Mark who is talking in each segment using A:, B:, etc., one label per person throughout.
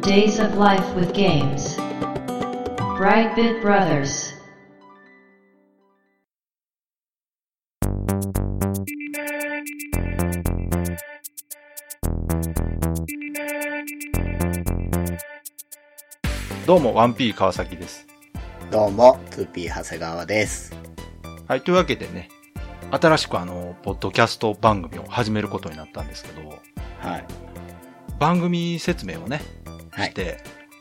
A: Days of Life with Games. Brightbit Brothers.
B: どうも、ワンピー川崎です。
C: どうも、クーピー長谷川です。
B: はい、というわけでね、新しくあの、ポッドキャスト番組を始めることになったんですけど、
C: はい。
B: 番組説明をね、
C: は
B: し
C: い。
B: て、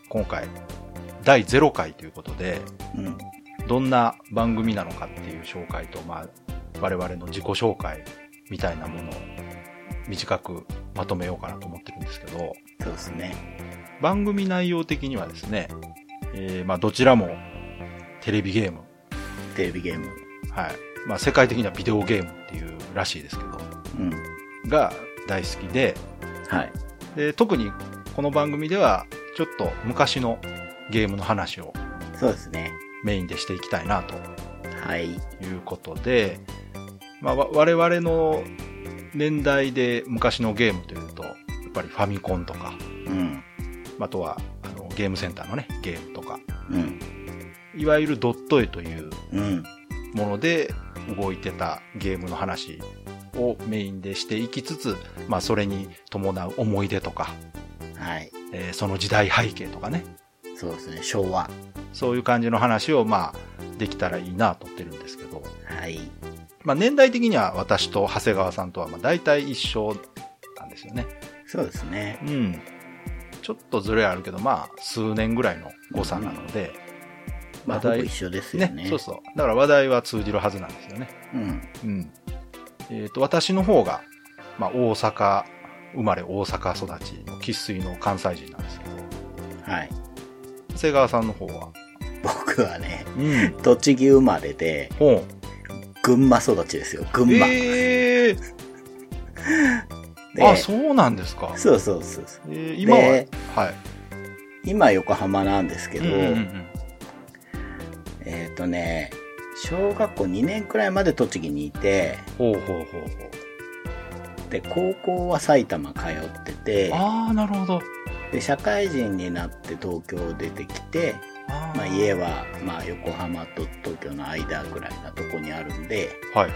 B: 今回、第0回ということで、
C: うん。
B: どんな番組なのかっていう紹介と、まあ、我々の自己紹介みたいなものを短くまとめようかなと思ってるんですけど、
C: そうですね。
B: 番組内容的にはですね、えーまあ、どちらもテレビゲーム、
C: テレビゲーム。
B: はい。まあ、世界的にはビデオゲームっていうらしいですけど、
C: うん。
B: が大好きで、
C: はい。
B: で特にこの番組ではちょっと昔のゲームの話を
C: そうですね。
B: メインでしていきたいなと
C: はい。
B: いうことで、まあ、わ我々の年代で昔のゲームというと、やっぱりファミコンとか、
C: うん。
B: あとはあのゲームセンターのね、ゲームとか、
C: うん。
B: いわゆるドット絵という
C: うん。
B: もので動いてたゲームの話をメインでしていきつつ、まあそれに伴う思い出とか、
C: はい。
B: えーその時代背景とかね、
C: そうですね。昭和。
B: そういう感じの話をまあできたらいいなと思ってるんですけど、
C: はい。
B: まあ年代的には私と長谷川さんとはまあ大体一緒なんですよね。
C: そうですね。
B: うん。ちょっとずれあるけど、まあ数年ぐらいの誤差なので、
C: まあ、
B: 話
C: ほぼ
B: 題
C: 一緒ですよ
B: ね
C: ね。
B: そうそう。だから話題は通じるはずなんですよね。
C: うん。
B: うん。えっ、と、私の方が、まあ大阪、生まれ大阪育ちの生粋の関西人なんですけど、
C: はい。
B: 長谷川さんの方は、
C: 僕はね、
B: うん。
C: 栃木生まれで、
B: ほう。
C: 群馬育ちですよ。群馬。
B: ええ
C: で
B: あ、そうなんですか。
C: そうそうそうそう。
B: えー今は、
C: で
B: はい。
C: 今横浜なんですけど、
B: うんうんうん
C: えっ、とね、小学校2年くらいまで栃木にいて、
B: ほうほうほうほう。
C: で、高校は埼玉通ってて、
B: ああ、なるほど。
C: で社会人になって東京出てきて、
B: あー
C: まあ、家はまあ横浜と東京の間ぐらいなとこにあるんで
B: はい。っ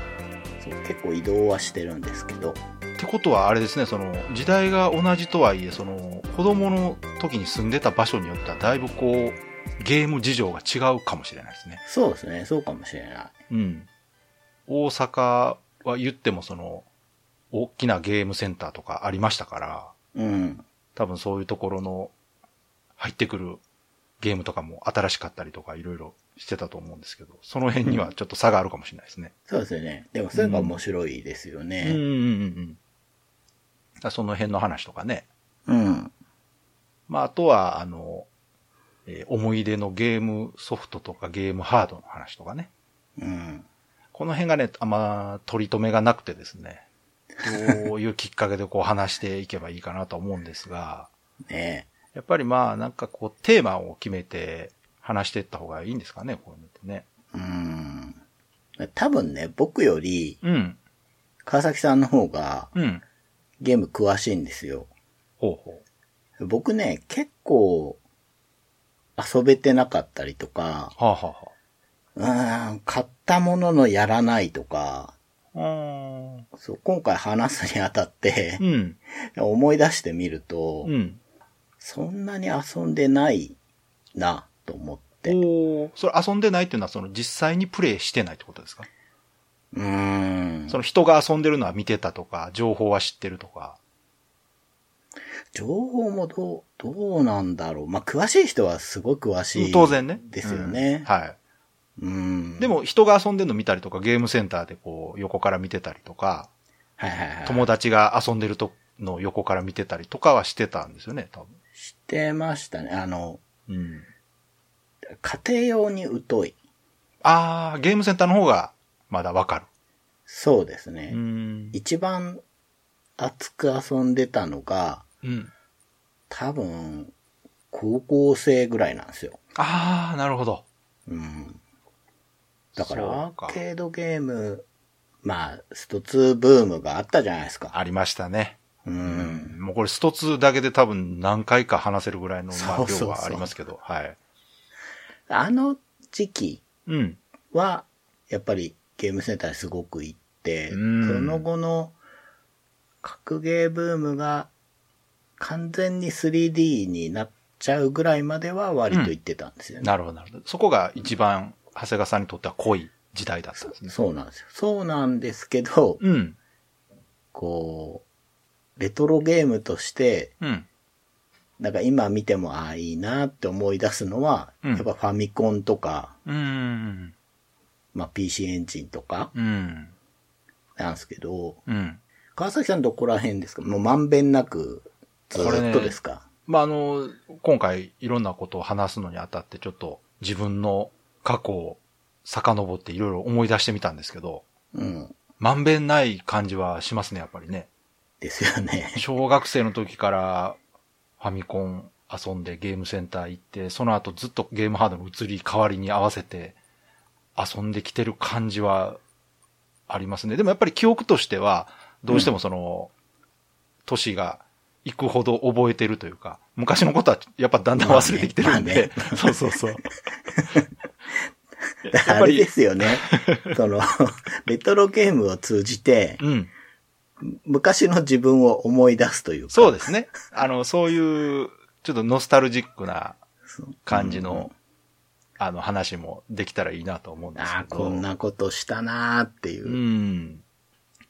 C: そう結構移動はしてるんですけど
B: てことは、あれですね、その、時代が同じとはいえ、その、子供の時に住んでた場所によっては、だいぶこう、ゲーム事情が違うかもしれないですね。
C: そうですねそうかもしれない
B: うん。大阪は言っても、その、大きなゲームセンターとかありましたから、
C: うん
B: 多分そういうところの入ってくるゲームとかも新しかったりとかいろいろしてたと思うんですけど、その辺にはちょっと差があるかもしれないですね。
C: そうですよねでもそれが面白いですよ
B: うんうん
C: ね
B: うんうん。その辺の話とかね。
C: うん、
B: まああとは、あの、えー思い出のゲームソフトとかゲームハードの話とかね。
C: うん、
B: この辺がね、あんま取り留めがなくてですね。どういうきっかけでこう話していけばいいかなと思うんですが、
C: ね
B: やっぱりまあなんかこうテーマを決めて話していった方がいいんですかね、こういうのってね。
C: えうん多分ね僕より
B: うん。
C: 川崎さんの方が
B: うん。
C: ゲーム詳しいんですよ
B: ほうほ
C: 僕ね結構遊べてなかったりとか
B: う。はあ、はあは
C: うーん、買ったもののやらないとか、
B: あ、う
C: そう、今回話すにあたって
B: ー、ん。うん。
C: 思い出してみると、
B: うん。
C: そんなに遊んでないな、と思って。う
B: おーそれ遊んでないっていうのはその実際にプレイしてないってことですか、
C: ーん
B: そ。の人が遊んでるのは見てたとか、情報は知ってるとか。
C: 情報もどう、どうなんだろう。まあ、詳しい人はすごい詳しい。
B: 当。然ね。
C: ですよね
B: うんはい。
C: うーん。
B: で、も人が遊んでるの見たりとか、ゲームセンターでこう横から見てたりとか、
C: はいはいはい。
B: 友達が遊んでるとの横から見てたりとかはしてたんですよね、多
C: してましたね。あの、
B: 分。うん。
C: 家庭用に疎い。
B: あー、ゲームセンターの方がまだわか
C: そうです
B: る。
C: ね。
B: ん
C: 一番熱く遊んでたのが、
B: うん。
C: 多分、高校生ぐらいなんですよ。
B: あー、なるほど。
C: うん。だから、
B: そう
C: ア
B: か
C: ーケードゲーム、まあ、スト2ブームがあったじゃないですか。
B: ありましたね。
C: うん。
B: うんもうこれスト2だけで多分何回か話せるぐらいの、まあ
C: そうそうそう
B: 量はありますけど、はい。
C: あの時期
B: うん。
C: は、やっぱりゲームセンターにすごく行って、そ
B: うん
C: の後の格ゲーブームが完全に 3D になっちゃうぐらいまでは割と行ってたんですよね。
B: なるほど、なるほど。そこが一番、長谷川さんにとっては濃い時代だったんですね。
C: そうなんですよ。そうなんですけど、
B: うん。
C: こう、レトロゲームとして、
B: うん。
C: なんか今見ても、ああ、いいなって思い出すのは、
B: うん
C: やっぱファミコンとか、
B: うん。
C: まあ PC エンジンとか
B: うん。
C: なんですけど、
B: うん。
C: 川崎さんどこら辺ですかもうまんべんなくず
B: これ
C: ー
B: ね
C: っとですか、
B: まあ、あの、今回いろんなことを話すのにあたって、ちょっと自分の過去を遡っていろいろ思い出してみたんですけど、
C: うん。
B: まんべんない感じはしますね、やっぱりね。
C: ですよね。
B: 小学生の時からファミコン遊んでゲームセンター行って、その後ずっとゲームハードの移り変わりに合わせて遊んできてる感じはありますね。でもやっぱり記憶としては、どうしてもその、年が行くほど覚えてるというか、昔のことはやっぱだんだん忘れてきてるんで、 そうそうそう。 やっぱ
C: あれで
B: り、
C: すよね。その、レトロゲームを通じて、
B: うん。
C: 昔の自分を思い出すというか。
B: そうですね。あの、そういう、ちょっとノスタルジックな
C: そう
B: 感じの、あの話もできたらいいなと思うんですけど。
C: ああ、こん。なことしたなーっていうう。
B: ん。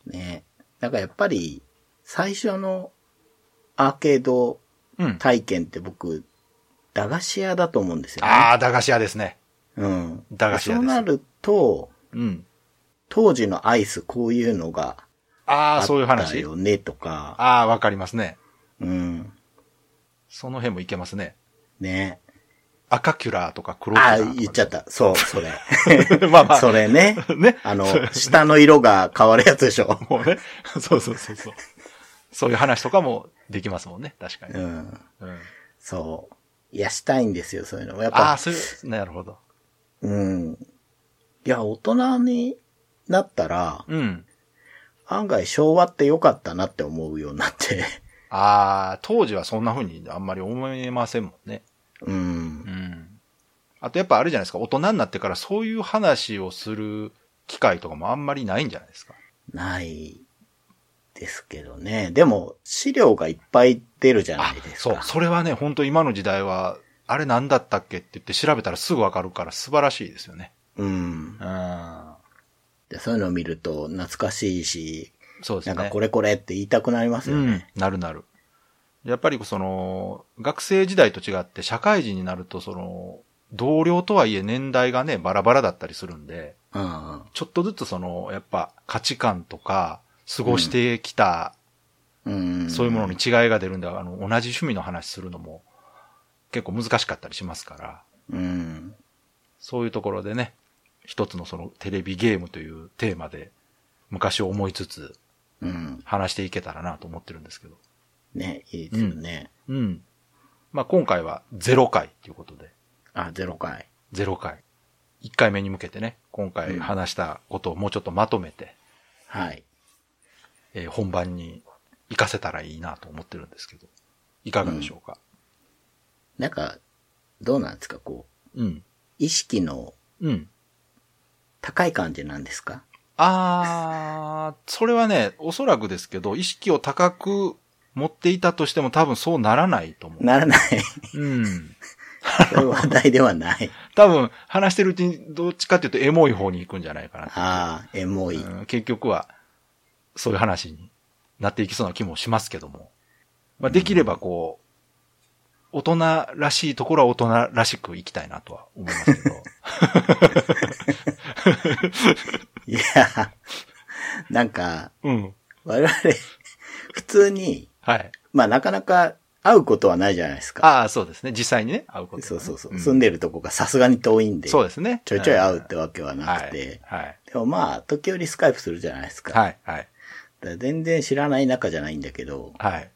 C: ね。だからやっぱり、最初のアーケード
B: うん。
C: 体験って僕、駄菓子屋だと思うんですよね。
B: ああ、駄菓子屋ですね。
C: うん。
B: 駄菓子屋です
C: そうなると、
B: うん。
C: 当時のアイスこういうのが
B: あ
C: あ
B: あ、そういう
C: った
B: 話。
C: よねとか、
B: ああ、わかりますね。
C: うん。
B: その辺もいけますね。
C: ね。
B: 赤キュラーとか黒キュ
C: あ
B: ラー
C: あ、
B: とか。
C: 言っちゃった。そう、それ。
B: た。まあまあ。
C: それね。
B: ね。
C: あの、下の色が変わるやつでしょ。
B: もうね。 そうそうそうそう。そういう話とかもできますもんね。確かに。
C: うん。
B: うん、
C: そう。いや、したいんですよ、そういうのも。やっ
B: ああ、
C: ぱ、
B: そういう、なるほど。
C: うん。いや、大人になったら、
B: うん。
C: 案外昭和って良かったなって思うようになって。
B: ああ、当時はそんな風にあんまり思えませんもんね。う
C: う。
B: んん。あとやっぱあれじゃないですか、大人になってからそういう話をする機会とかもあんまりないんじゃないですか。
C: ないですけどね。でも、資料がいっぱい出るじゃな
B: あ
C: いです
B: そう
C: か。、
B: それはね、本当今の時代は、あれ何だったっけって言って調べたらすぐわかるから素晴らしいですよね。
C: うん。
B: うん。
C: でそういうのを見ると懐かしいし、
B: そうです
C: な
B: ね。
C: んかこれこれって言いたくなりますよ
B: う
C: ね。
B: ん、なるなる。やっぱりその、学生時代と違って社会人になるとその、同僚とはいえ年代がね、バラバラだったりするんで、
C: うん。
B: ちょっとずつその、やっぱ価値観とか、過ごしてきた、
C: うん。
B: そういうものに違いが出るんで、あの、同じ趣味の話するのも、結構難しかったりしますから、
C: うん。
B: そういうところでね、一つのそのテレビゲームというテーマで、昔を思いつつ、
C: うん。
B: 話していけたらなと思ってるんですけど。
C: ね、いいですよね。
B: うん。まあ、今回は0回ということで、
C: あ、ゼロ回。
B: 0回。1回目に向けてね、今回話したことをもうちょっとまとめて、
C: はい。
B: えー本番に活かせたらいいなと思ってるんですけど、いかがでしょうか、
C: なんか、どうなんですかこう、
B: うん、
C: 意識の
B: うん。
C: 高い感じなんですか
B: あー、それはね、おそらくですけど、意識を高く持っていたとしても多分そうならないと思
C: ならない。
B: う。うん。
C: そういう話題ではない。
B: 多分、話してるうちにどっちかっていうとエモい方に行くんじゃないかな。
C: ああ、エモい。
B: うん結局は、そういう話になっていきそうな気もしますけども。まあ、できればこう、大人らしいところは大人らしくいきたいなとは思います けど。
C: いや、なんか、
B: うん。
C: 我々、普通に、
B: はい。
C: まあなかなか会うことはないじゃないですか。
B: ああ、そうですね。実際にね、会うこと、
C: そうそうそう。
B: ん
C: 住んでるとこがさすがに遠いんで、ち
B: そう
C: ょ
B: ですね。
C: いちょい会うっ
B: ん
C: てわけはなくて、
B: はい。
C: でもまあ、時折スカイプするじゃないですか。
B: はい。はい。
C: だから全然知らない仲じゃないんだけど、
B: はい。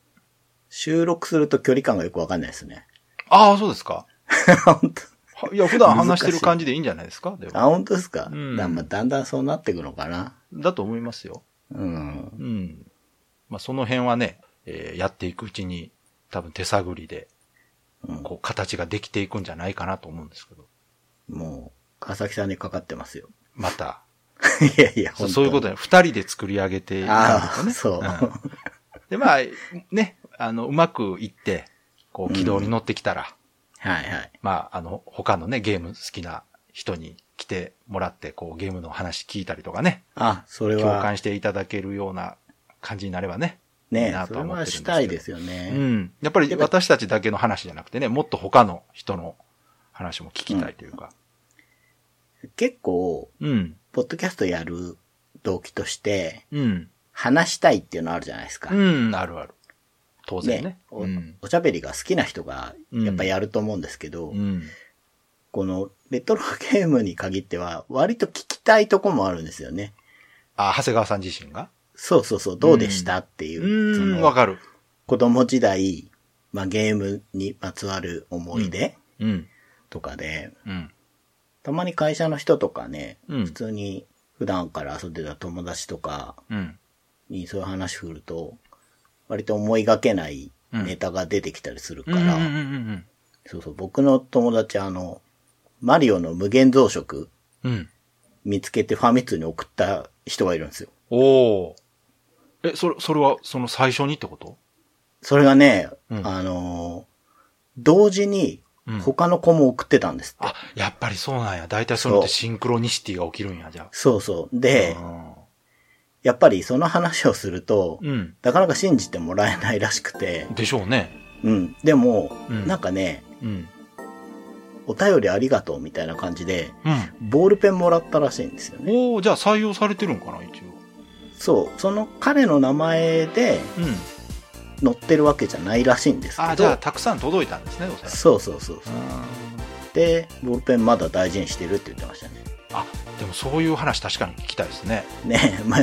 C: 収録すると距離感がよくわかんないですね。
B: ああ、そうですか。
C: 本
B: はいや、普段話してる感じでいいんじゃないですかで
C: 当
B: も
C: あ、本当ですか、
B: うん
C: だからまあだんだんそうなっていくのかな。
B: だと思いますよ。
C: うん。
B: うん。まあ、その辺はね、えーやっていくうちに、多分手探りで、
C: うん
B: こう、形ができていくんじゃないかなと思うんですけど。
C: もう、川崎さんにかかってま すよ。
B: また、
C: いやいや、
B: そうそういうこと
C: だ
B: で、二人で作り上げていかない
C: あ
B: と
C: あ、
B: ね。
C: そう。
B: うんで、まあ、ね、あの、うまくいって、こう、軌道に乗ってきたら、
C: はいはい。
B: まあ、あの、他のね、ゲーム好きな人に来てもらって、こう、ゲームの話聞いたりとかね、
C: あ、それ
B: 共
C: は
B: 感、していただけるような感じになればね。いい
C: ね
B: な、
C: そ
B: とは
C: れ
B: 思ってるんで
C: は
B: すけ
C: し
B: ど
C: たいですよ
B: う
C: ね。
B: ん。やっぱり
C: やっぱ
B: 私たちだけの話じゃなくてね、もっと他の人の話も聞きたいというか。
C: 結構、
B: うん。
C: ポッドキャストやる動機として、
B: うん。
C: 話したいっていうのあるじゃないですか。
B: うん、あるある。当然ね。
C: お
B: うん。
C: おしゃべりが好きな人が、
B: うん
C: やっぱやると思うんですけど、
B: うん。
C: このレトロゲームに限っては、割と聞きたいとこもあるんですよね。
B: あ、長谷川さん自身が
C: そうそうそう、どうでしたっていうう。そ
B: ーん、
C: の
B: わかる。
C: 子供時代、まあ、ゲームにまつわる思い出
B: うん。
C: とかで、
B: うん。
C: たまに会社の人とかね、
B: うん
C: 普通に普段から遊んでた友達とか
B: うん。
C: にそういう話振ると、割と思いがけない
B: うん
C: ネタが出てきたりするか
B: うんうん
C: ら、
B: うん
C: そうそう、僕の友達あの、マリオの無限増殖
B: うん。うん。
C: 見つけてファミ通に送った人がいるんですよ。
B: おー。え、それ、それは、その最初にってこと
C: それがね、
B: うん
C: あのー、同時に
B: うん
C: 他の子も送ってたんですって。
B: あ、やっぱりそうなんや。大体そういうのってシンクロニシティが起きるんや、じゃ
C: そうそう。
B: あ。
C: で、やっぱりその話をすると、
B: うん。
C: なかなか信じてもらえないらしくて
B: うん。、でしょうね。
C: うん。でも、
B: うん
C: なんかね、
B: うん。
C: お便りありがとうみたいな感じで、
B: うん。
C: ボールペンもらったらしいんですよね。
B: おおじゃあ採用されてるんかな、一応。
C: そう。その彼の名前で
B: うん。
C: 載ってるわけじゃないらしいんですけど。
B: あ、じゃあたくさん届いたんですね、どうせ。
C: そうそうそうそう。
B: あ、
C: で、ボールペンまだ大事にしてるって言ってましたね。
B: でもそういう話確かに聞きたいですね。
C: ねえ、 まあ、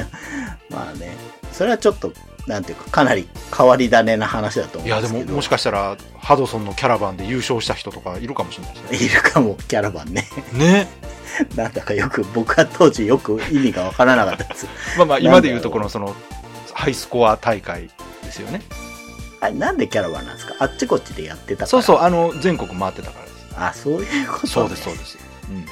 C: まあね。それはちょっと、なんていうか、かなり変わり種な話だと思
B: い
C: うん
B: や、で
C: で
B: す
C: けど。
B: も、もしかしたら、ハドソンのキャラバンで優勝した人とかいるかもしれないですね。
C: いるかも、キャラバンね。
B: ね。
C: なんだかよく、僕は当時よく意味がわからなかったです。
B: まあまあ、
C: なんだろう
B: 今で言うとこの、その、ハイスコア大会ですよね。
C: あれ、なんでキャラバンなんですかあっちこっちでやってたから。
B: そうそう、あの、全国回ってたからです。
C: あ、そういうこと、ね、
B: そうです、そうです。うん。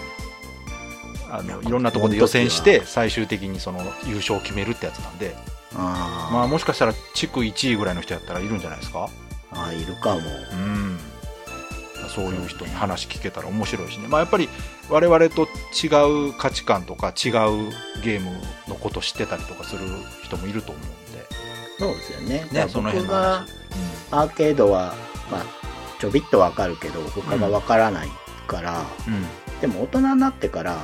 B: あの、いろんなところで予選して、最終的にその、優勝を決めるってやつなんで、
C: あー、
B: まあ、もしかしたら、地区1位ぐらいの人やったらいるんじゃないですか
C: あーいるかも。
B: うん、そういう人に話聞けたら面白いしね、まあ、やっぱり我々と違う価値観とか違うゲームのこと知ってたりとかする人もいると思うん
C: そうですよね。
B: で、ね、その
C: 僕
B: 辺の
C: が
B: 話、
C: アーケードは、まあ、ちょびっとわかるけど、他がわからないから、
B: うんうんうん
C: でも大人になってから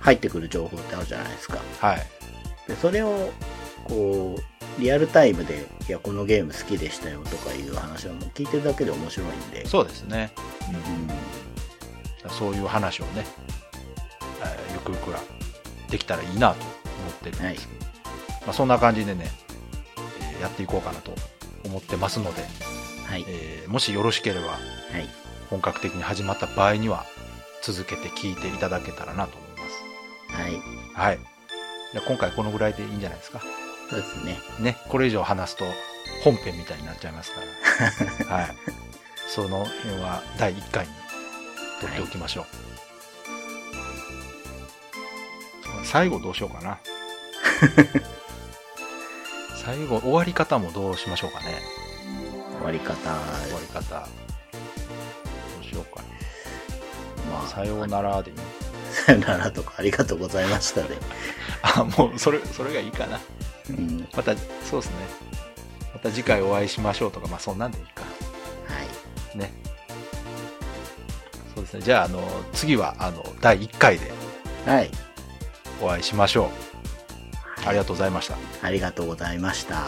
C: 入ってくる情報ってあるじゃないですか。
B: はい
C: でそれをこうリアルタイムで「いやこのゲーム好きでしたよ」とかいう話はもう聞いてるだけで面白いんで
B: そうですね、
C: う
B: うん、
C: ん
B: そういう話をね、えーゆくゆくはできたらいいなと思ってるんですけど、まあ、そんな感じでね、えーやっていこうかなと思ってますので、
C: はい、
B: えーもしよろしければ
C: はい、
B: 本格的に始まった場合には続けて聞いていただけたらなと思います。
C: は
B: は
C: い、
B: い。じゃあ今回このぐらいでいいんじゃないですか。
C: そうですね
B: ね。これ以上話すと本編みたいになっちゃいます から。はい。その辺は第1回に取っておきましょう。最後どうしようか な。最後、終わり方もどうしましょうかね。
C: 終わり方
B: 終わり方。どうしようかな。
C: まあ
B: さようならでいい
C: さよ ならとかありがとうございましたで、
B: あ、もう、それ、それがいいかな。
C: うん、は
B: また、そうですね。また次回お会いしましょうとか、まあ、そんなんでいいか。
C: い
B: ね。そうですね。じゃあ、あの、次は、あの、第1回で
C: はい
B: お会いしましょう。ありがとうございました。
C: ありがとうございました